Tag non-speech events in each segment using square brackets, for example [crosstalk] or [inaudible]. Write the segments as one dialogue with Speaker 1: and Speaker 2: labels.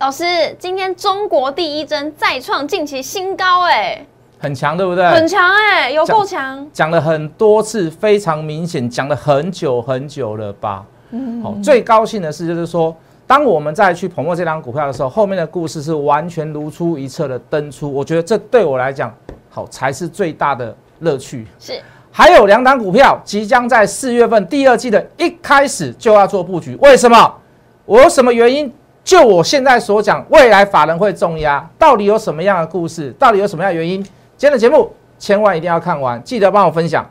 Speaker 1: 老师，今天中国第一针再创近期新高，哎，
Speaker 2: 很强，对不对？
Speaker 1: 很强哎，有够强。
Speaker 2: 讲了很多次，非常明显，讲了很久很久了吧？嗯，好、最高兴的事就是说，当我们再去捧墨这张股票的时候，后面的故事是完全如出一辙的登出。我觉得这对我来讲，好才是最大的乐趣。
Speaker 1: 是
Speaker 2: 还有两档股票即将在四月份第二季的一开始就要做布局，为什么？我有什么原因？就我现在所讲，未来法人会重压，到底有什么样的故事？到底有什么样的原因？今天的节目千万一定要看完，记得帮我分享。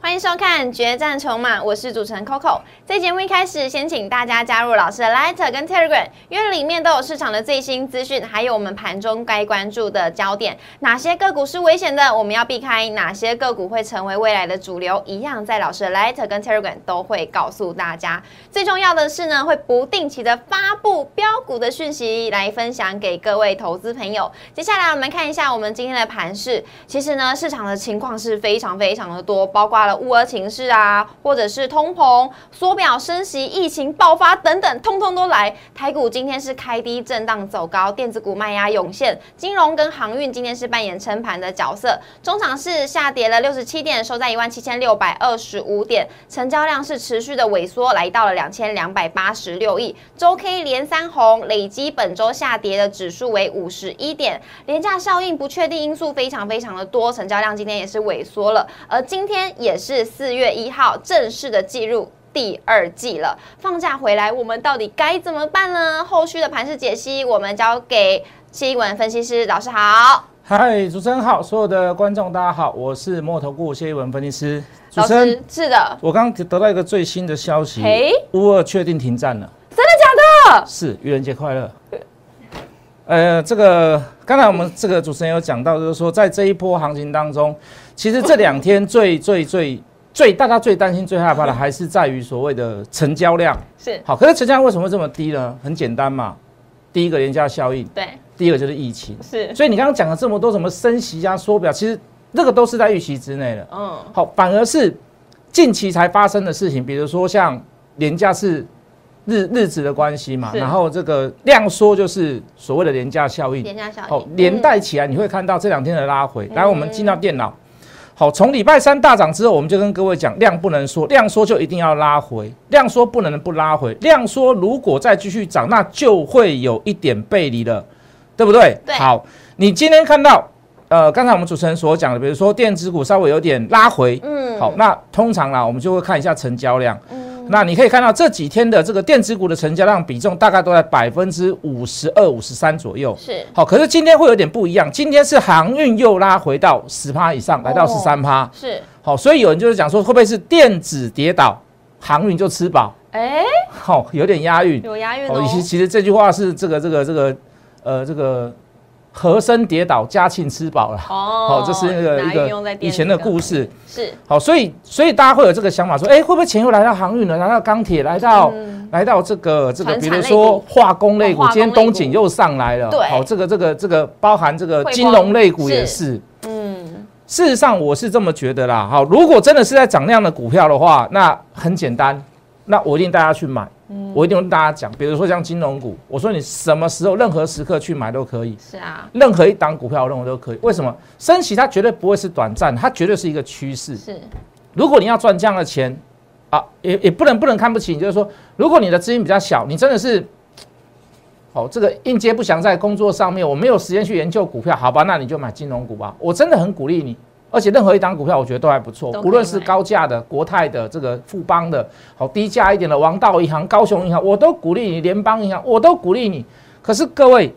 Speaker 1: 欢迎收看《决战筹码》，我是主持人 Coco。在节目一开始，先请大家加入老师的 Lighter 跟 Telegram，因为里面都有市场的最新资讯，还有我们盘中该关注的焦点，哪些个股是危险的，我们要避开；哪些个股会成为未来的主流，一样在老师的 Lighter 跟 Telegram 都会告诉大家。最重要的是呢，会不定期的发布标股的讯息来分享给各位投资朋友。接下来我们看一下我们今天的盘势，其实呢，市场的情况是非常非常的多，包括了乌俄情势啊，或者是通膨、缩表、升息、疫情爆发等等，通通都来。台股今天是开低震荡走高，电子股卖压涌现，金融跟航运今天是扮演撑盘的角色。中场是下跌了六十七点，收在一万七千六百二十五点，成交量是持续的萎缩，来到了两千两百八十六亿。周 K 连三红，累积本周下跌的指数为五十一点。廉价效应、不确定因素非常非常的多，成交量今天也是萎缩了。而今天也是四月一号正式的进入。第二季了，放假回来我们到底该怎么办呢？后续的盘势解析，我们交给新闻分析师老师好。
Speaker 2: 嗨，主持人好，所有的观众大家好，我是摩头顾谢一文分析师。主
Speaker 1: 老
Speaker 2: 持人
Speaker 1: 师，是的，
Speaker 2: 我刚得到一个最新的消息
Speaker 1: 嘿，
Speaker 2: 乌二确定停战了，
Speaker 1: 真的假的？
Speaker 2: 是愚人节快乐。呃，这个刚才我们这个主持人有讲到，就是说在这一波行情当中，其实这两天最 [laughs] 最最最大家最担心、最害怕的
Speaker 1: 嗯
Speaker 2: 还是在于所谓的成交量。
Speaker 1: 是，
Speaker 2: 好，可是成交量为什么会这么低呢？很简单嘛，第一个廉价效应，
Speaker 1: 对，
Speaker 2: 第二个就是疫情。
Speaker 1: 是，
Speaker 2: 所以你刚刚讲了这么多什么升息啊、缩表，其实那个都是在预期之内的。
Speaker 1: 嗯，
Speaker 2: 好，反而是近期才发生的事情，比如说像廉价是日日子的关系嘛，
Speaker 1: 是
Speaker 2: 然后这个量缩就是所谓的廉价效应。
Speaker 1: 廉价效
Speaker 2: 好
Speaker 1: 应，，
Speaker 2: 连
Speaker 1: 嗯
Speaker 2: 带起来你会看到这两天的拉回。来，我们进到电脑。好，从礼拜三大涨之后，我们就跟各位讲，量不能缩，量缩就一定要拉回，量缩不能不拉回，量缩如果再继续涨，那就会有一点背离了，对不对？
Speaker 1: 对
Speaker 2: 好，你今天看到，呃，刚才我们主持人所讲的，比如说电子股稍微有点拉回，
Speaker 1: 嗯
Speaker 2: 好，那通常啦，我们就会看一下成交量。那你可以看到这几天的这个电子股的成交量比重大概都在百分之五十二、五十三左右。
Speaker 1: 是
Speaker 2: 好，可是今天会有点不一样，今天是航运又拉回到十趴以上，来到
Speaker 1: 哦
Speaker 2: 十三趴。
Speaker 1: 是，
Speaker 2: 好，所以有人就是讲说，会不会是电子跌倒，航运就吃饱？
Speaker 1: 哎，
Speaker 2: 好、有点押韵。
Speaker 1: 有押韵
Speaker 2: 哦
Speaker 1: 哦，，
Speaker 2: 其实其实这句话是这个这个这个呃这个和珅跌倒，嘉庆吃饱了。
Speaker 1: 哦
Speaker 2: 好、这是那个
Speaker 1: 拿
Speaker 2: 一
Speaker 1: 运用在
Speaker 2: 个
Speaker 1: 电
Speaker 2: 以前
Speaker 1: 子
Speaker 2: 的
Speaker 1: 跟
Speaker 2: 故事。
Speaker 1: 是
Speaker 2: 好，所以所以大家会有这个想法，说，哎，会不会钱又来到航运了，来到钢铁，来到、来到这个这个，
Speaker 1: 传
Speaker 2: 比
Speaker 1: 嗯产
Speaker 2: 如
Speaker 1: 类
Speaker 2: 说
Speaker 1: 股
Speaker 2: 化工类
Speaker 1: 哦化
Speaker 2: 股，今天
Speaker 1: 工类
Speaker 2: 东景
Speaker 1: 股
Speaker 2: 又上来了，
Speaker 1: 对
Speaker 2: 好，这个这个这个包含这个
Speaker 1: 汇
Speaker 2: 金
Speaker 1: 光
Speaker 2: 融类股也
Speaker 1: 是
Speaker 2: 是。
Speaker 1: 嗯，
Speaker 2: 事实上，我是这么觉得啦。好，如果真的是在涨量的股票的话，那很简单，那我一定带大家去买，
Speaker 1: 嗯
Speaker 2: 我一定跟大家讲，比如说像金融股，我说你什么时候、任何时刻去买都可以。
Speaker 1: 是啊，
Speaker 2: 任何一档股票，我认为都可以。为什么？升息它绝对不会是短暂，它绝对是一个趋势。
Speaker 1: 是
Speaker 2: 如果你要赚这样的钱啊，也也不能不能看不起你，就是说，如果你的资金比较小，你真的是，哦，这个应接不暇在工作上面，我没有时间去研究股票，好吧，那你就买金融股吧。我真的很鼓励你，而且任何一档股票我觉得都还不错
Speaker 1: 都，可以
Speaker 2: 无论是
Speaker 1: 买
Speaker 2: 高价的、国泰的、这个富邦的，好低价一点的王道银行、高雄银行，我都鼓励你，联邦银行我都鼓励你。可是各位。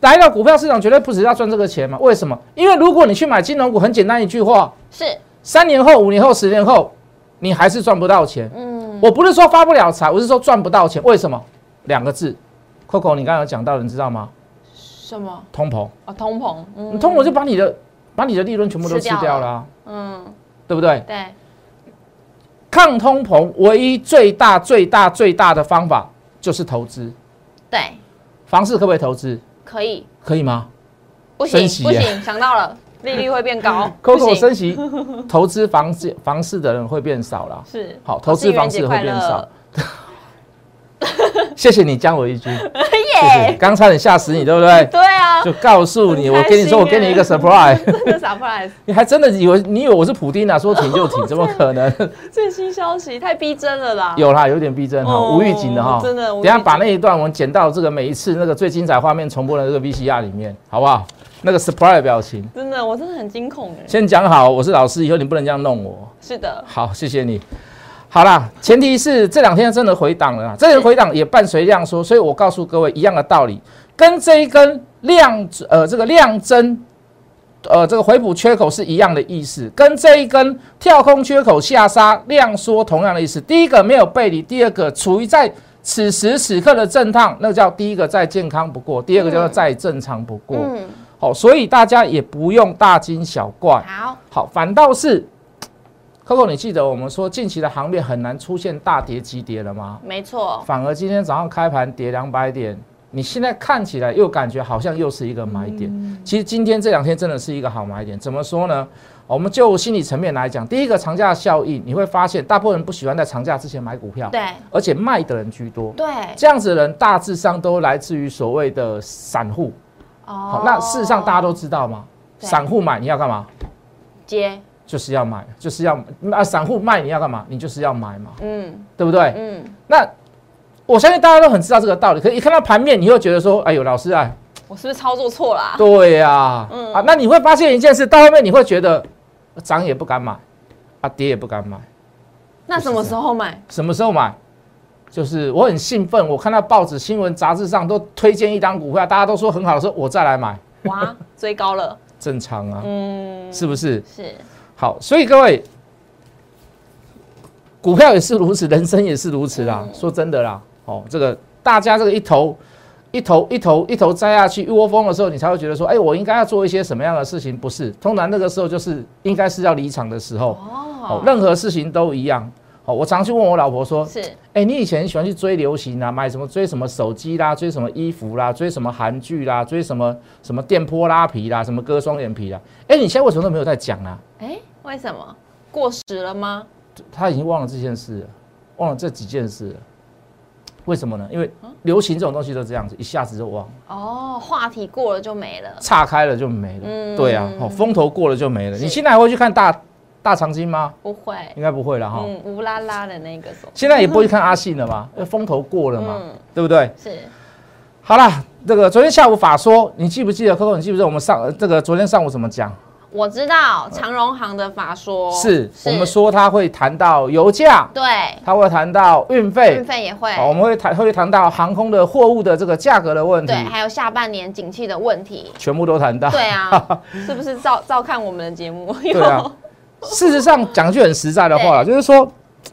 Speaker 2: 来到股票市场，绝对不只是要赚这个钱嘛？为什么？因为如果你去买金融股，很简单一句话，
Speaker 1: 是，
Speaker 2: 三年后、五年后、十年后，你还是赚不到钱。
Speaker 1: 嗯，
Speaker 2: 我不是说发不了财，我是说赚不到钱。为什么？两个字，Coco，你刚刚有讲到的，你知道吗？
Speaker 1: 什么？
Speaker 2: 通膨，
Speaker 1: 哦，通膨，嗯
Speaker 2: 你通膨就把你的把你的利润全部都吃
Speaker 1: 吃掉
Speaker 2: 掉
Speaker 1: 了
Speaker 2: 了、啊，
Speaker 1: 嗯，
Speaker 2: 对不对？
Speaker 1: 对，
Speaker 2: 抗通膨唯一最大、最大、最大的方法就是投资。
Speaker 1: 对，
Speaker 2: 房市可不可以投资？
Speaker 1: 可以，
Speaker 2: 可以吗
Speaker 1: 不行
Speaker 2: 升息
Speaker 1: 不
Speaker 2: 耶
Speaker 1: 行，想到 [laughs] 了，利率会变高
Speaker 2: [laughs]
Speaker 1: 不
Speaker 2: ？Coco
Speaker 1: 行
Speaker 2: 升息，投资
Speaker 1: [laughs]
Speaker 2: 房市房市的人会变少了。
Speaker 1: 哦是
Speaker 2: 好，投资房市会变少。谢谢你讲我一句，谢
Speaker 1: [laughs]
Speaker 2: 谢。
Speaker 1: 耶，
Speaker 2: 刚差点吓死你，对不对？
Speaker 1: 对啊，
Speaker 2: [laughs] 就告诉你，
Speaker 1: 很开心
Speaker 2: 我跟你说，我给你一个 surprise， [laughs]
Speaker 1: [laughs] 真的 surprise，
Speaker 2: 你还真的以为你以为我是普丁啊？说停就停，怎么
Speaker 1: [laughs]
Speaker 2: 可能？
Speaker 1: 最新消息太逼真了啦。
Speaker 2: 有啦，有点逼真哈，
Speaker 1: 哦
Speaker 2: 无预警的哈。
Speaker 1: 真的无预
Speaker 2: 等
Speaker 1: 警
Speaker 2: 一下把那一段我们剪到这个每一次那个最精彩画面重播的这个 VCR 里面，好不好？那个 surprise 表情，
Speaker 1: 真的，我真的很惊恐哎。
Speaker 2: 先讲好，我是老师，以后你不能这样弄我。
Speaker 1: 是的，
Speaker 2: 好，谢谢你。好啦，前提是这两天真的回档了啊啦，这个回档也伴随量缩，所以我告诉各位一样的道理，跟这一根量呃这个量增呃这个回补缺口是一样的意思，跟这一根跳空缺口下杀量缩同样的意思。第一个没有背离，第二个处于在此时此刻的震荡，那叫第一个再健康不过，第二个叫做再正常不过。
Speaker 1: 嗯，
Speaker 2: 好，所以大家也不用大惊小怪。
Speaker 1: 好，
Speaker 2: 好，反倒是 Coco，你记得我们说近期的行业很难出现大跌急跌了吗？
Speaker 1: 没错，
Speaker 2: 反而今天早上开盘跌两百点，你现在看起来又感觉好像又是一个买点。
Speaker 1: 嗯
Speaker 2: 其实今天这两天真的是一个好买点，怎么说呢？我们就心理层面来讲，第一个长假效应，你会发现大部分人不喜欢在长假之前买股票，
Speaker 1: 对
Speaker 2: 而且卖的人居多。
Speaker 1: 对，
Speaker 2: 这样子的人大致上都来自于所谓的散户。
Speaker 1: 哦
Speaker 2: 好，那事实上大家都知道嘛，
Speaker 1: 对
Speaker 2: 散户买你要干嘛？
Speaker 1: 接，
Speaker 2: 就是要买，就是要啊，散户卖你要干嘛？你就是要买嘛，
Speaker 1: 嗯
Speaker 2: 对不对？
Speaker 1: 嗯，
Speaker 2: 那我相信大家都很知道这个道理，可是一看到盘面，你又觉得说，哎呦，老师哎，
Speaker 1: 我是不是操作错啦？
Speaker 2: 对呀、啊，
Speaker 1: 嗯
Speaker 2: 那你会发现一件事，到后面你会觉得呃涨也不敢买，啊，跌也不敢买，
Speaker 1: 那什么时候
Speaker 2: [laughs]
Speaker 1: 买？
Speaker 2: 什么时候买？就是我很兴奋，我看到报纸、新闻、杂志上都推荐一档股票，大家都说很好的时候，我再来买，
Speaker 1: 哇，追高了，
Speaker 2: 正常啊，
Speaker 1: 嗯，
Speaker 2: 是不是？
Speaker 1: 是，
Speaker 2: 好，所以各位，股票也是如此，人生也是如此啦。说真的啦，哦，这个大家这个一头一头一头一头栽下去一窝蜂的时候，你才会觉得说，哎、我应该要做一些什么样的事情？不是，通常那个时候就是应该是要离场的时候。哦
Speaker 1: 哦，，
Speaker 2: 任何事情都一样。哦，我常去问我老婆说，
Speaker 1: 是，
Speaker 2: 哎、你以前喜欢去追流行啊，买什么追什么手机啦，追什么衣服啦，追什么韩剧啦，追什么什么电波拉皮啦，什么割双眼皮啦。哎、你现在为什么都没有在讲啊啦、
Speaker 1: 哎，为什么过时了吗？
Speaker 2: 他已经忘了这件事了，忘了这几件事了。为什么呢？因为
Speaker 1: 嗯
Speaker 2: 流行这种东西都这样子，一下子就忘了，
Speaker 1: 哦，话题过了就没了，
Speaker 2: 岔开了就没了。
Speaker 1: 嗯
Speaker 2: 对啊，哦，风头过了就没了。
Speaker 1: 是
Speaker 2: 你现在还会去看大大长今吗？
Speaker 1: 不会，
Speaker 2: 应该不会了哈。
Speaker 1: 嗯，乌拉拉的那个什么，
Speaker 2: 现在也不会去看阿信
Speaker 1: [laughs]
Speaker 2: 了嘛，因为风头过了嘛，
Speaker 1: 嗯，
Speaker 2: 对不对？
Speaker 1: 是，
Speaker 2: 好啦，这个昨天下午法说，你记不记得？Coco，你记不记得我们上呃这个昨天上午怎么讲？
Speaker 1: 我知道长荣行的法说，
Speaker 2: 是我们，说他会谈到油价，
Speaker 1: 对，
Speaker 2: 他会谈到运费哦
Speaker 1: 运，费也会，
Speaker 2: 好，我们会谈会谈到航空的货物的这个价格的问题
Speaker 1: 对，，还有下半年景气的问
Speaker 2: [laughs]
Speaker 1: 题，
Speaker 2: 全部都谈到。
Speaker 1: 对啊，是不是照照看我们的节目？
Speaker 2: 对啊， [laughs] 事实上讲句很实在的话啦，就是说，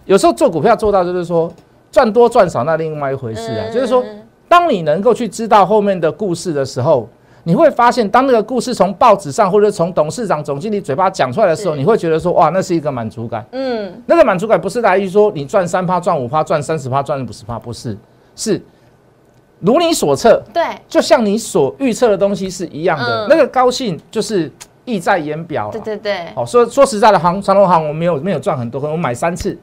Speaker 2: 有时候做股票做到就是说赚多赚少那另外一回事啊，
Speaker 1: 嗯
Speaker 2: 就是说，当你能够去知道后面的故事的时候。你会发现，当那个故事从报纸上或者从董事长、总经理嘴巴讲出来的时候，
Speaker 1: 是
Speaker 2: 你会觉得说，哇，那是一个满足感。
Speaker 1: 嗯，
Speaker 2: 那个满足感不是来于说你赚三趴、赚五趴、赚三十趴、赚五十趴，不是，是如你所测，
Speaker 1: 对，
Speaker 2: 就像你所预测的东西是一样
Speaker 1: 嗯
Speaker 2: 的，那个高兴就是嘖意在言表了。
Speaker 1: 对对对，
Speaker 2: 好、说说实在的，航长隆航我没有没有赚很多，可能我买三次，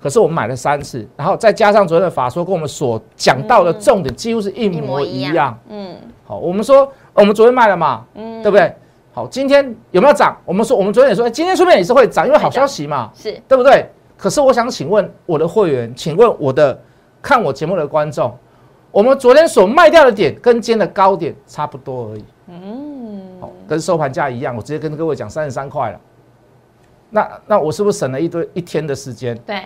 Speaker 2: 可是我买了三次，然后再加上昨天的法说跟我们所讲到的重点几乎是嗯一模一
Speaker 1: 一模一
Speaker 2: 样
Speaker 1: 样。嗯，
Speaker 2: 好、我们说呃我们昨天卖了嘛，对不对？好，今天有没有涨？我们说我们昨天也说，哎今天说不定也是会涨，因为好消息嘛，
Speaker 1: 是
Speaker 2: 对不对？可是我想请问我的会员，请问我的看我节目的观众，我们昨天所卖掉的点跟今天的高点差不多而已，嗯，好，跟收盘价一样，我直接跟各位讲三十三块了。那那我是不是省了一堆一天的时间？
Speaker 1: 对，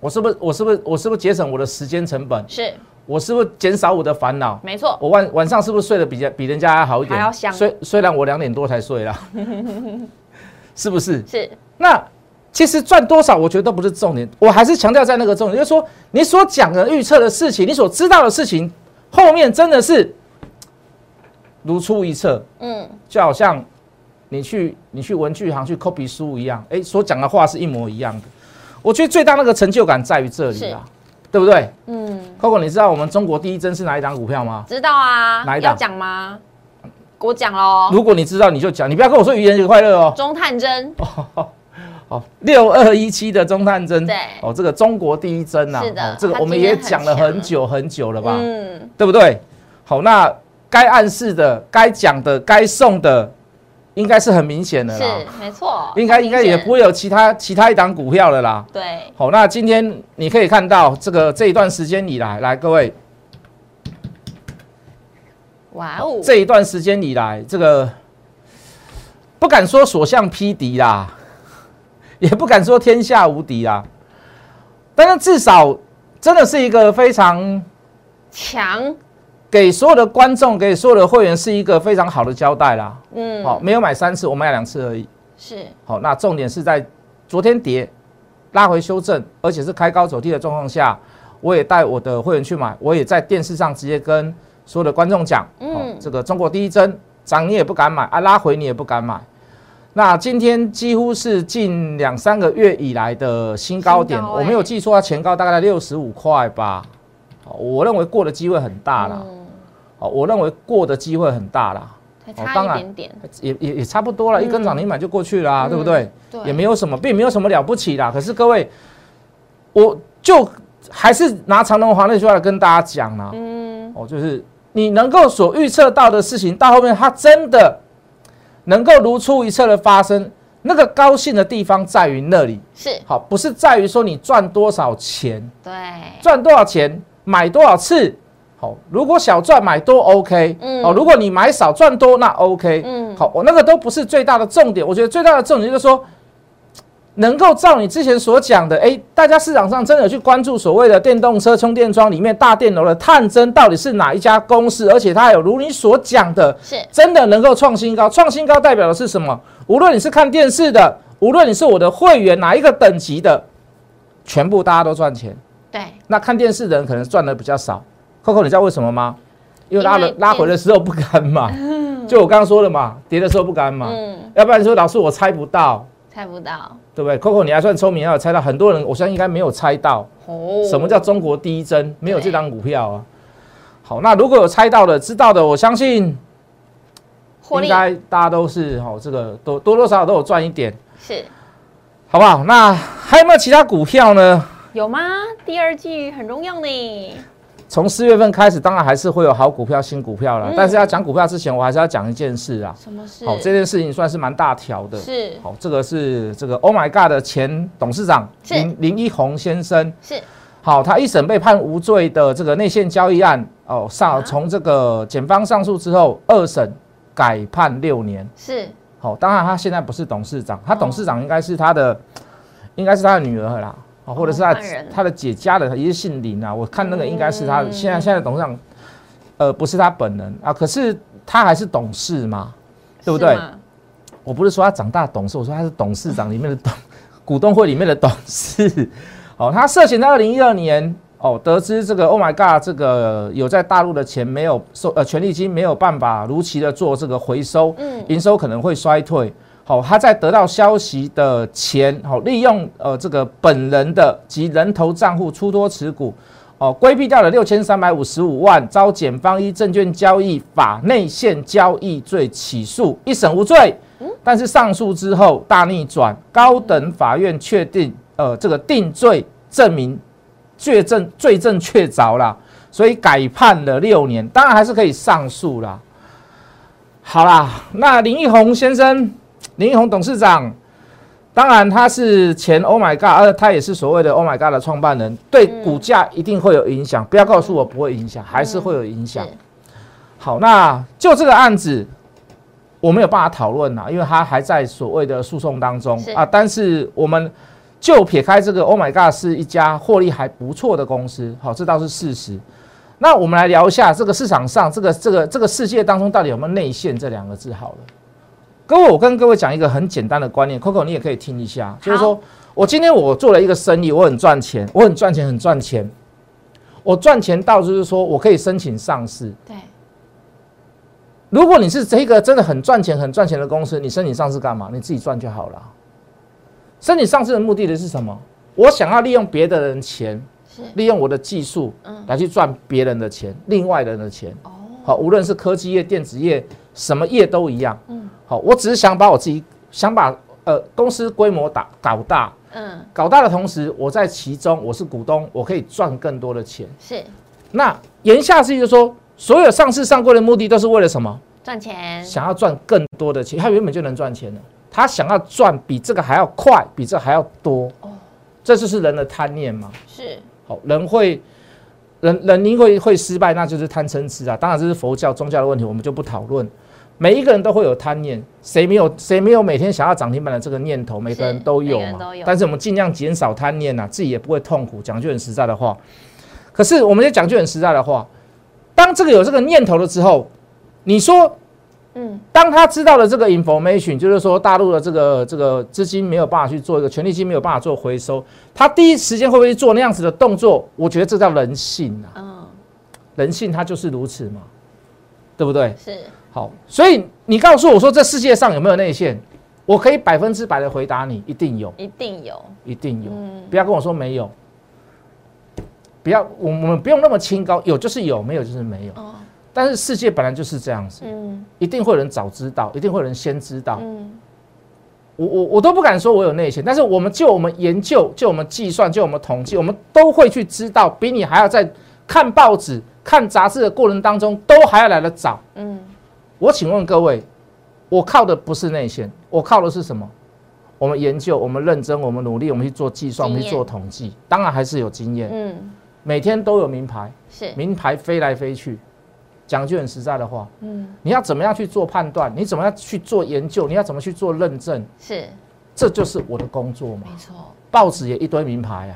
Speaker 2: 我是不是我是不是我是不是节省我的时间成本？
Speaker 1: 是
Speaker 2: 我是不是减少我的烦恼？
Speaker 1: 没错，
Speaker 2: 我晚晚上是不是睡得比较比人家还好一点？
Speaker 1: 还要香
Speaker 2: 虽虽然我两点多才睡啦， [laughs] 是不是？
Speaker 1: 是
Speaker 2: 那其实赚多少，我觉得都不是重点，我还是强调在那个重点，就是说你所讲的预测的事情，你所知道的事情，后面真的是如出一辙，
Speaker 1: 嗯，
Speaker 2: 就好像你去你去文具行去 copy 书一样，哎，所讲的话是一模一样的。我觉得最大那个成就感在于这里啊，对不对
Speaker 1: 嗯，
Speaker 2: ？Coco，你知道我们中国第一针是哪一档股票吗？
Speaker 1: 知道啊，
Speaker 2: 哪一档
Speaker 1: 要讲吗？我讲喽，
Speaker 2: 如果你知道，你就讲，你不要跟我说愚人节快乐哦。
Speaker 1: 中探针
Speaker 2: 哦，六二一七的中探针，
Speaker 1: 对
Speaker 2: 哦，这个中国第一针呐、
Speaker 1: 是的
Speaker 2: 哦，这个
Speaker 1: 它
Speaker 2: 我们
Speaker 1: 今天
Speaker 2: 也
Speaker 1: 很
Speaker 2: 讲了
Speaker 1: 强
Speaker 2: 很久很久了吧，
Speaker 1: 嗯，
Speaker 2: 对不对？好，那该暗示的、该讲的、该送的，应该是很明显的啦
Speaker 1: 是，没错，
Speaker 2: 应该应该也
Speaker 1: 明显
Speaker 2: 不会有其他其他一档股票了啦。
Speaker 1: 对，
Speaker 2: 好，那今天你可以看到这个这一段时间以来，来各位，
Speaker 1: 哇哦，
Speaker 2: 这一段时间以来，这个不敢说所向披靡啦， [laughs] 也不敢说天下无敌啦，但是至少真的是一个非常
Speaker 1: 强，
Speaker 2: 给所有的观众、给所有的会员是一个非常好的交代啦。
Speaker 1: 嗯，
Speaker 2: 好、没有买三次，我买了两次而已。
Speaker 1: 是
Speaker 2: 好、那重点是在昨天跌拉回修正，而且是开高走低的状况下，我也带我的会员去买，我也在电视上直接跟所有的观众讲，
Speaker 1: 嗯
Speaker 2: 哦，这个中国第一针涨你也不敢买啊，拉回你也不敢买。那今天几乎是近两三个月以来的新高点，
Speaker 1: 新高欸
Speaker 2: 我没有记错，它前高大概在六十五块吧。哦我认为过的机会很大啦，
Speaker 1: 嗯
Speaker 2: 哦，我认为过的机会很大啦，
Speaker 1: 还
Speaker 2: 哦
Speaker 1: 差
Speaker 2: 当然
Speaker 1: 一点点，
Speaker 2: 也也也差不多了，一根涨停板就过去啦，
Speaker 1: 嗯
Speaker 2: 对不对？
Speaker 1: 对，
Speaker 2: 也没有什么，并没有什么了不起啦。可是各位，我就还是拿长隆华那句话来跟大家讲啦、
Speaker 1: 嗯，
Speaker 2: 哦，就是你能够所预测到的事情，到后面它真的能够如出一辙的发生，那个高兴的地方在于那里。
Speaker 1: 是
Speaker 2: 好，不是在于说你赚多少钱，
Speaker 1: 嗯对，
Speaker 2: 赚多少钱，买多少次。好，如果小赚买多 OK，
Speaker 1: 嗯
Speaker 2: 哦，如果你买少赚多那 OK，
Speaker 1: 嗯，
Speaker 2: 好，我那个都不是最大的重点，我觉得最大的重点就是说，能够照你之前所讲的，哎，大家市场上真的有去关注所谓的电动车充电桩里面大电容的探针到底是哪一家公司，而且它有如你所讲的，
Speaker 1: 是
Speaker 2: 真的能够创新高。创新高代表的是什么？无论你是看电视的，无论你是我的会员哪一个等级的，全部大家都赚钱。
Speaker 1: 对，
Speaker 2: 那看电视的人可能赚的比较少。Coco，你知道为什么吗？因为拉
Speaker 1: 因为
Speaker 2: 了
Speaker 1: 电
Speaker 2: 拉回的时候不
Speaker 1: [laughs]
Speaker 2: 敢买，就我刚刚说的嘛，跌的时候不敢买，
Speaker 1: 嗯，
Speaker 2: 要不然说老师我猜不到，
Speaker 1: 猜不到
Speaker 2: 对不对？Coco，你还算聪明，还有猜到，很多人我相信应该没有猜到
Speaker 1: 哦，
Speaker 2: 什么叫中国第一针，没有这张股票啊。好，那如果有猜到的、知道的，我相信
Speaker 1: 获
Speaker 2: 应
Speaker 1: 利
Speaker 2: 该大家都是哦，这个多多多少少都有赚一点，
Speaker 1: 是
Speaker 2: 好不好？那还有没有其他股票呢？
Speaker 1: 有吗？第二季很重要呢，
Speaker 2: 从四月份开始，当然还是会有好股票、新股票啦。
Speaker 1: 嗯
Speaker 2: 但是要讲股票之前，我还是要讲一件事啊。
Speaker 1: 什么事？
Speaker 2: 好，这件事情算是蛮大条的。
Speaker 1: 是
Speaker 2: 好，这个是这个 Oh my God 的前董事长
Speaker 1: 是
Speaker 2: 林林一鸿先生。
Speaker 1: 是
Speaker 2: 好，他一审被判无罪的这个内线交易案，
Speaker 1: 啊
Speaker 2: 哦，上从这个检方上诉之后，二审改判六年。
Speaker 1: 是
Speaker 2: 好，当然他现在不是董事长，他
Speaker 1: 哦
Speaker 2: 董事长应该是他的，应该是他的女儿啦，哦，或者是他
Speaker 1: 哦换人
Speaker 2: 他的姐家人，也是姓林啊。我看那个应该是他的，
Speaker 1: 嗯
Speaker 2: 现在现在董事长，呃，不是他本人啊，可是他还是董事嘛，对不对
Speaker 1: 是吗
Speaker 2: 我不是说他长大懂事，我说他是董事长里面的董， [laughs] 股东会里面的董事。哦，他涉嫌在二零一二年哦，得知这个 Oh my God，这个有在大陆的钱没有收，呃，权利金没有办法如期的做这个回收，
Speaker 1: 嗯
Speaker 2: 营收可能会衰退。好、他在得到消息的前，好、利用呃这个本人的及人头账户出脱持股，哦，规避掉了六千三百五十五万，遭检方依证券交易法内线交易罪起诉，一审无罪。但是上诉之后大逆转，高等法院确定，呃，这个定罪证明罪证罪证确凿啦，所以改判了六年，当然还是可以上诉啦。好啦，那林奕宏先生，林奕宏董事长，当然他是前 Oh my God，呃，他也是所谓的 Oh my God 的创办人，对
Speaker 1: 嗯
Speaker 2: 股价一定会有影响，不要告诉我不会影响，还是会有影响。
Speaker 1: 嗯是
Speaker 2: 好，那就这个案子，我没有办法讨论啦，因为它还在所谓的诉讼当中
Speaker 1: 是
Speaker 2: 啊。但是我们就撇开这个，Oh my God，是一家获利还不错的公司，好，这倒是事实。那我们来聊一下这个市场上，这个这个这个世界当中到底有没有内线这两个字？好了，各位，我跟各位讲一个很简单的观念，Coco 你也可以听一下，就是说我今天我做了一个生意，我很赚钱，我很赚钱，很赚钱，我赚钱到就是说我可以申请上市，
Speaker 1: 对
Speaker 2: 如果你是这个真的很赚钱、很赚钱的公司，你申请上市干嘛？你自己赚就好了啊。申请上市的目的的是什么？我想要利用别的人钱，
Speaker 1: 是
Speaker 2: 利用我的技术
Speaker 1: 嗯
Speaker 2: 来去赚别人的钱，另外人的钱。
Speaker 1: 哦，
Speaker 2: 好，无论是科技业、电子业，什么业都一样。
Speaker 1: 嗯
Speaker 2: 好，我只是想把我自己想把呃公司规模打搞大，
Speaker 1: 嗯
Speaker 2: 搞大的同时，我在其中我是股东，我可以赚更多的钱。
Speaker 1: 是
Speaker 2: 那言下之意就是说，所有上市上柜的目的都是为了什么？
Speaker 1: 赚钱
Speaker 2: 想要赚更多的钱，他原本就能赚钱了，他想要赚比这个还要快，比这还要多
Speaker 1: 哦，
Speaker 2: 这就是人的贪念嘛。
Speaker 1: 是
Speaker 2: 好，人会，人人因为会失败，那就是贪嗔痴啊。当然这是佛教宗教的问题，我们就不讨论。每一个人都会有贪念，谁没有谁没有每天想要涨停板的这个念头？每个人都有
Speaker 1: 每个人
Speaker 2: 嘛。
Speaker 1: 都有
Speaker 2: 但是我们尽量减少贪念呐、啊自己也不会痛苦。讲句很实在的话，可是我们也讲句很实在的话，当这个有这个念头了之后，你说
Speaker 1: 嗯
Speaker 2: 当他知道了这个 information，就是说大陆的这个这个资金没有办法去做一个权利金没有办法做回收，他第一时间会不会去做那样子的动作？我觉得这叫人性啊，
Speaker 1: 嗯
Speaker 2: 人性它就是如此嘛，对不对？
Speaker 1: 是
Speaker 2: 好，所以你告诉我说这世界上有没有内线？我可以百分之百的回答你，一定有，
Speaker 1: 一定有
Speaker 2: 一定有。
Speaker 1: 嗯
Speaker 2: 不要跟我说没有，不要我我们不用那么清高，有就是有，没有就是没有。
Speaker 1: 哦
Speaker 2: 但是世界本来就是这样子，
Speaker 1: 嗯
Speaker 2: 一定会有人早知道，一定会有人先知道。
Speaker 1: 嗯
Speaker 2: 我我我都不敢说我有内线，但是我们就我们研究，就我们计算，就我们统计，我们都会去知道，比你还要在看报纸、看杂志的过程当中，都还要来得早。
Speaker 1: 嗯
Speaker 2: 我请问各位，我靠的不是内线，我靠的是什么？我们研究，我们认真，我们努力，我们去做计算，我们
Speaker 1: 经
Speaker 2: 去
Speaker 1: 验
Speaker 2: 做统计，当然还是有经验，
Speaker 1: 嗯
Speaker 2: 每天都有名牌，
Speaker 1: 是
Speaker 2: 名牌飞来飞去。讲句很实在的话，
Speaker 1: 嗯
Speaker 2: 你要怎么样去做判断？你怎么样去做研究？你要怎么去做认证？
Speaker 1: 是
Speaker 2: 这就是我的工作嘛。
Speaker 1: 没错
Speaker 2: 报纸也一堆名牌啊，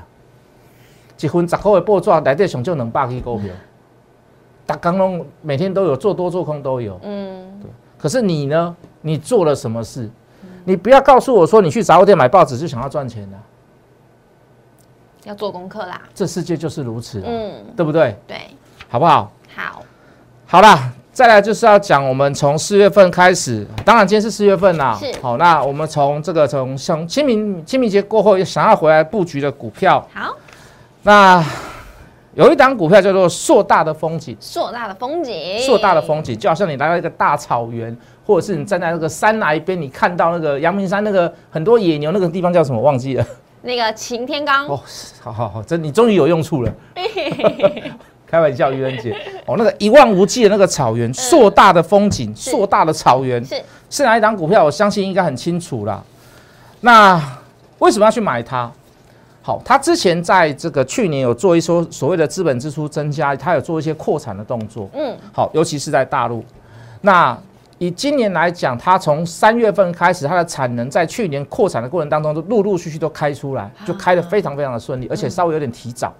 Speaker 2: 一份十块的报纸内底上就两百支股票，大刚拢每天都有做多做空都有。
Speaker 1: 嗯
Speaker 2: 可是你呢？你做了什么事？你不要告诉我说你去杂货店买报纸就想要赚钱的、
Speaker 1: 要做功课啦
Speaker 2: 这世界就是如此、啊，
Speaker 1: 嗯
Speaker 2: 对不对？
Speaker 1: 对
Speaker 2: 好不好？
Speaker 1: 好
Speaker 2: 好啦，再来就是要讲我们从四月份开始，当然今天是四月份啦
Speaker 1: 是。
Speaker 2: 好，那我们从这个从从清明清明节过后想要回来布局的股票，
Speaker 1: 好
Speaker 2: 那有一档股票叫做硕大的风景，
Speaker 1: 硕大的风景
Speaker 2: 硕大的风景就好像你来到一个大草原，或者是你站在那个山崖边，你看到那个阳明山那个很多野牛那个地方叫什么忘记了？ [laughs]
Speaker 1: 那个擎天岗
Speaker 2: 哦，好好好，真你终于有用处了。 [laughs] 开玩笑，愚人
Speaker 1: [laughs]
Speaker 2: 节哦，那个一望无际的那个草原，硕大的风景，
Speaker 1: 嗯是
Speaker 2: 硕大的草原
Speaker 1: 是
Speaker 2: 是哪一档股票？我相信应该很清楚啦。那为什么要去买它？好，它之前在这个去年有做一说所谓的资本支出增加，它有做一些扩产的动作。
Speaker 1: 嗯
Speaker 2: 好，尤其是在大陆。那以今年来讲，它从三月份开始，它的产能在去年扩产的过程当中，都陆陆续续都开出来，就
Speaker 1: 啊
Speaker 2: 开得非常非常的顺利，
Speaker 1: 嗯
Speaker 2: 而且稍微有点提早。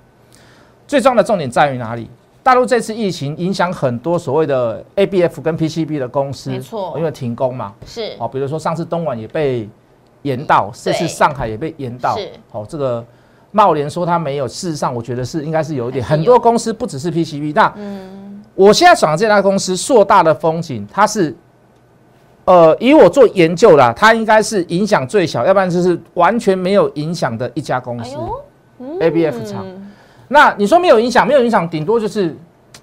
Speaker 2: 最重要的重点在于哪里？大陆这次疫情影响很多所谓的 ABF 跟 PCB 的公司，
Speaker 1: 没错
Speaker 2: 因为停工嘛。
Speaker 1: 是
Speaker 2: 哦好，比如说上次东莞也被延到，这
Speaker 1: 对
Speaker 2: 次上海也被延到
Speaker 1: 是。
Speaker 2: 好，这个茂联说它没有，事实上我觉得是应该是有一点，
Speaker 1: 还是有
Speaker 2: 很多公司不只是 PCB。那
Speaker 1: 嗯
Speaker 2: 我现在想的这家公司硕大的风景，它是。呃，以我做研究啦，它应该是影响最小，要不然就是完全没有影响的一家公
Speaker 1: 哎
Speaker 2: 司。
Speaker 1: 呦嗯
Speaker 2: ABF 厂那你说没有影响，没有影响，顶多就是嘖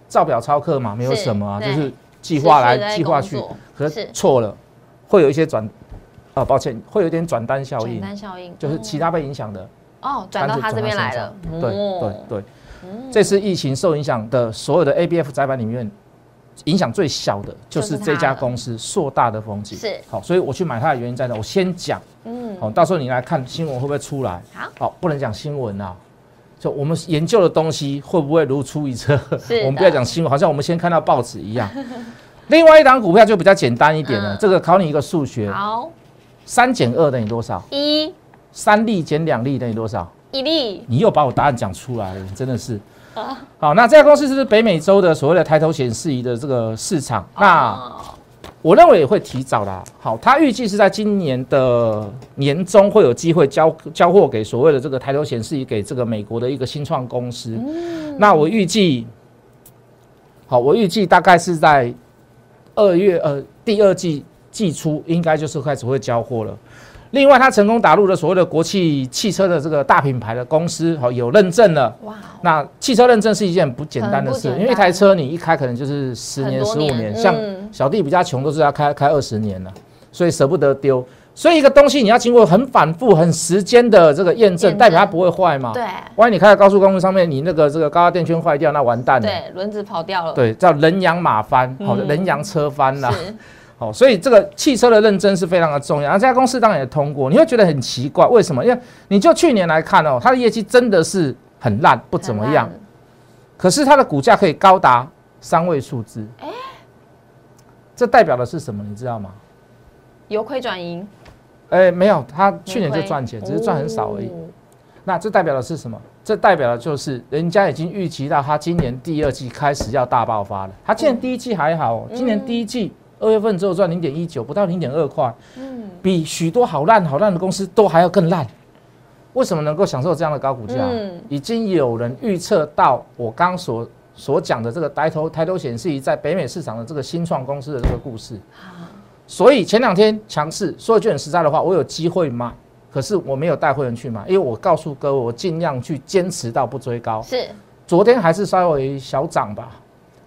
Speaker 2: 照表操课嘛，没有
Speaker 1: 是
Speaker 2: 什么啊，就
Speaker 1: 对
Speaker 2: 是计划
Speaker 1: 持续地
Speaker 2: 来
Speaker 1: 在
Speaker 2: 计划
Speaker 1: 工
Speaker 2: 去
Speaker 1: 作，
Speaker 2: 可
Speaker 1: 是
Speaker 2: 是错了，会有一些转，啊，抱歉，会有一点转单效
Speaker 1: 转
Speaker 2: 应，
Speaker 1: 单效应嗯
Speaker 2: 就是其他被影响的，
Speaker 1: 哦转到他这边来了
Speaker 2: 单子转到身上
Speaker 1: 哦
Speaker 2: 对对对，这次疫情受影响的所有的 ABF 载板里面，影响最小的
Speaker 1: 就
Speaker 2: 就
Speaker 1: 是
Speaker 2: 是
Speaker 1: 它
Speaker 2: 这家
Speaker 1: 了
Speaker 2: 公司硕大的风景。
Speaker 1: 是
Speaker 2: 好，所以我去买它的原因在哪？我先讲，
Speaker 1: 嗯
Speaker 2: 好，到时候你来看新闻会不会出来？
Speaker 1: 好，
Speaker 2: 不能讲新闻啊。就我们研究的东西会不会如出一辙？
Speaker 1: 是的
Speaker 2: 我们不要讲新闻，好像我们先看到报纸一样。另外一档股票就比较简单一点了，
Speaker 1: 嗯
Speaker 2: 这个考你一个数学，
Speaker 1: 好
Speaker 2: 三减二等于多少？
Speaker 1: 一
Speaker 2: 三粒减两粒等于多少？
Speaker 1: 一粒
Speaker 2: 你又把我答案讲出来了，你真的是。好，那这家公司是北美洲的所谓的抬头显示仪的这个市场，那
Speaker 1: 哦
Speaker 2: 我认为也会提早啦。好，它预计是在今年的年中会有机会交交货给所谓的这个抬头显示仪给这个美国的一个新创公司。
Speaker 1: 嗯
Speaker 2: 那我预计，好，我预计大概是在二月呃第二季季初应该就是开始会交货了。另外，它成功打入了所谓的国际汽车的这个大品牌的公司，好、有认证了。
Speaker 1: 哇，
Speaker 2: 那汽车认证是一件不简单
Speaker 1: 很
Speaker 2: 的
Speaker 1: 不
Speaker 2: 事
Speaker 1: 简，单
Speaker 2: 因为一台车你一开可能就是十
Speaker 1: 很
Speaker 2: 年、
Speaker 1: 多
Speaker 2: 十五
Speaker 1: 年
Speaker 2: 年，像
Speaker 1: 嗯
Speaker 2: 小弟比较穷，都是要开开二十年了，所以舍不得丢。所以一个东西你要经过很反复、很时间的这个验证，
Speaker 1: 验
Speaker 2: 代表它
Speaker 1: 证
Speaker 2: 不会坏嘛。
Speaker 1: 对
Speaker 2: 万一你开在高速公路上面，你那个这个高压电圈坏掉，那完蛋了。
Speaker 1: 对，轮子跑掉了，
Speaker 2: 对，叫人仰马翻，好、
Speaker 1: 嗯
Speaker 2: 人仰车翻啦、
Speaker 1: 是，
Speaker 2: 好、所以这个汽车的认真是非常的重要。那这家公司当然也通过，你会觉得很奇怪，为什么？因为你就去年来看哦，它的业绩真的是很烂，不怎么样
Speaker 1: 很，烂？
Speaker 2: 可是它的股价可以高达三位数字。这代表的是什么？你知道吗？
Speaker 1: 由亏转盈，
Speaker 2: 哎，没有，它去年
Speaker 1: 盈
Speaker 2: 就
Speaker 1: 亏
Speaker 2: 赚钱，只是赚很少而已。
Speaker 1: 哦
Speaker 2: 那这代表的是什么？这代表的就是人家已经预期到它今年第二季开始要大爆发了。它今年第一季还好、哦，今年第一季二月份只有赚零点一九，不到零点二块，
Speaker 1: 嗯
Speaker 2: 比许多好烂好烂的公司都还要更烂。为什么能够享受这样的高股价？
Speaker 1: 嗯
Speaker 2: 已经有人预测到我刚所所讲的这个抬头抬头显示仪在北美市场的这个新创公司的这个故事。所以前两天强势，说一句很实在的话，我有机会买，可是我没有带会员去买，因为我告诉各位，我尽量去坚持到不追高。
Speaker 1: 是，
Speaker 2: 昨天还是稍微小涨吧，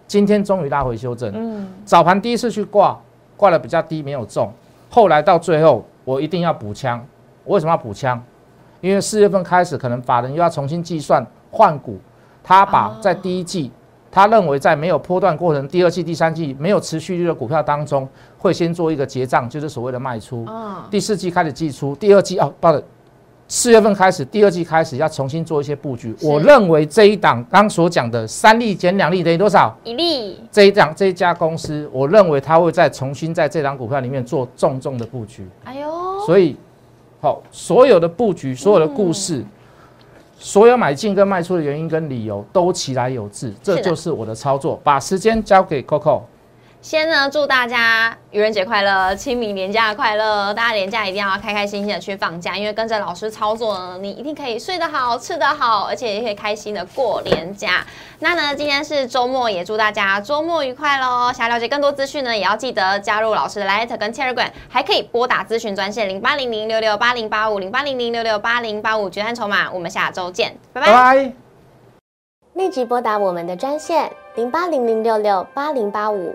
Speaker 2: 今天终于拉回修正。
Speaker 1: 嗯，
Speaker 2: 早盘第一次去挂，挂的比较低，没有中。后来到最后，我一定要补枪。我为什么要补枪？因为四月份开始，可能法人又要重新计算换股，他把在第一季，他认为在没有波段过程，第二季、第三季没有持续率的股票当中，会先做一个结账，就是所谓的卖出。
Speaker 1: 啊，
Speaker 2: 第四季开始寄出，第二季哦，抱歉，四月份开始，第二季开始要重新做一些布局。
Speaker 1: 是
Speaker 2: 我认为这一档刚所讲的三利减两利等于多少？
Speaker 1: 一粒，
Speaker 2: 这一档这一家公司，我认为它会再重新在这档股票里面做重重的布局。
Speaker 1: 哎呦，
Speaker 2: 所以，好，所有的布局、所有的
Speaker 1: 嗯
Speaker 2: 故事、所有买进跟卖出的原因跟理由都其来有致，这
Speaker 1: 是的
Speaker 2: 就是我的操作。把时间交给 Coco。
Speaker 1: 先呢，祝大家愚人节快乐，清明年假快乐！大家年假一定要开开心心的去放假，因为跟着老师操作呢，你一定可以睡得好、吃得好，而且也可以开心的过年假。那呢，今天是周末，也祝大家周末愉快喽！想了解更多资讯呢，也要记得加入老师的 Light 跟 Telegram，还可以拨打咨询专线零八零零六六八零八五零八零零六六八零八五决战筹码。我们下周见，拜拜。
Speaker 2: 拜。
Speaker 3: 立即拨打我们的专线零八零零六六八零八五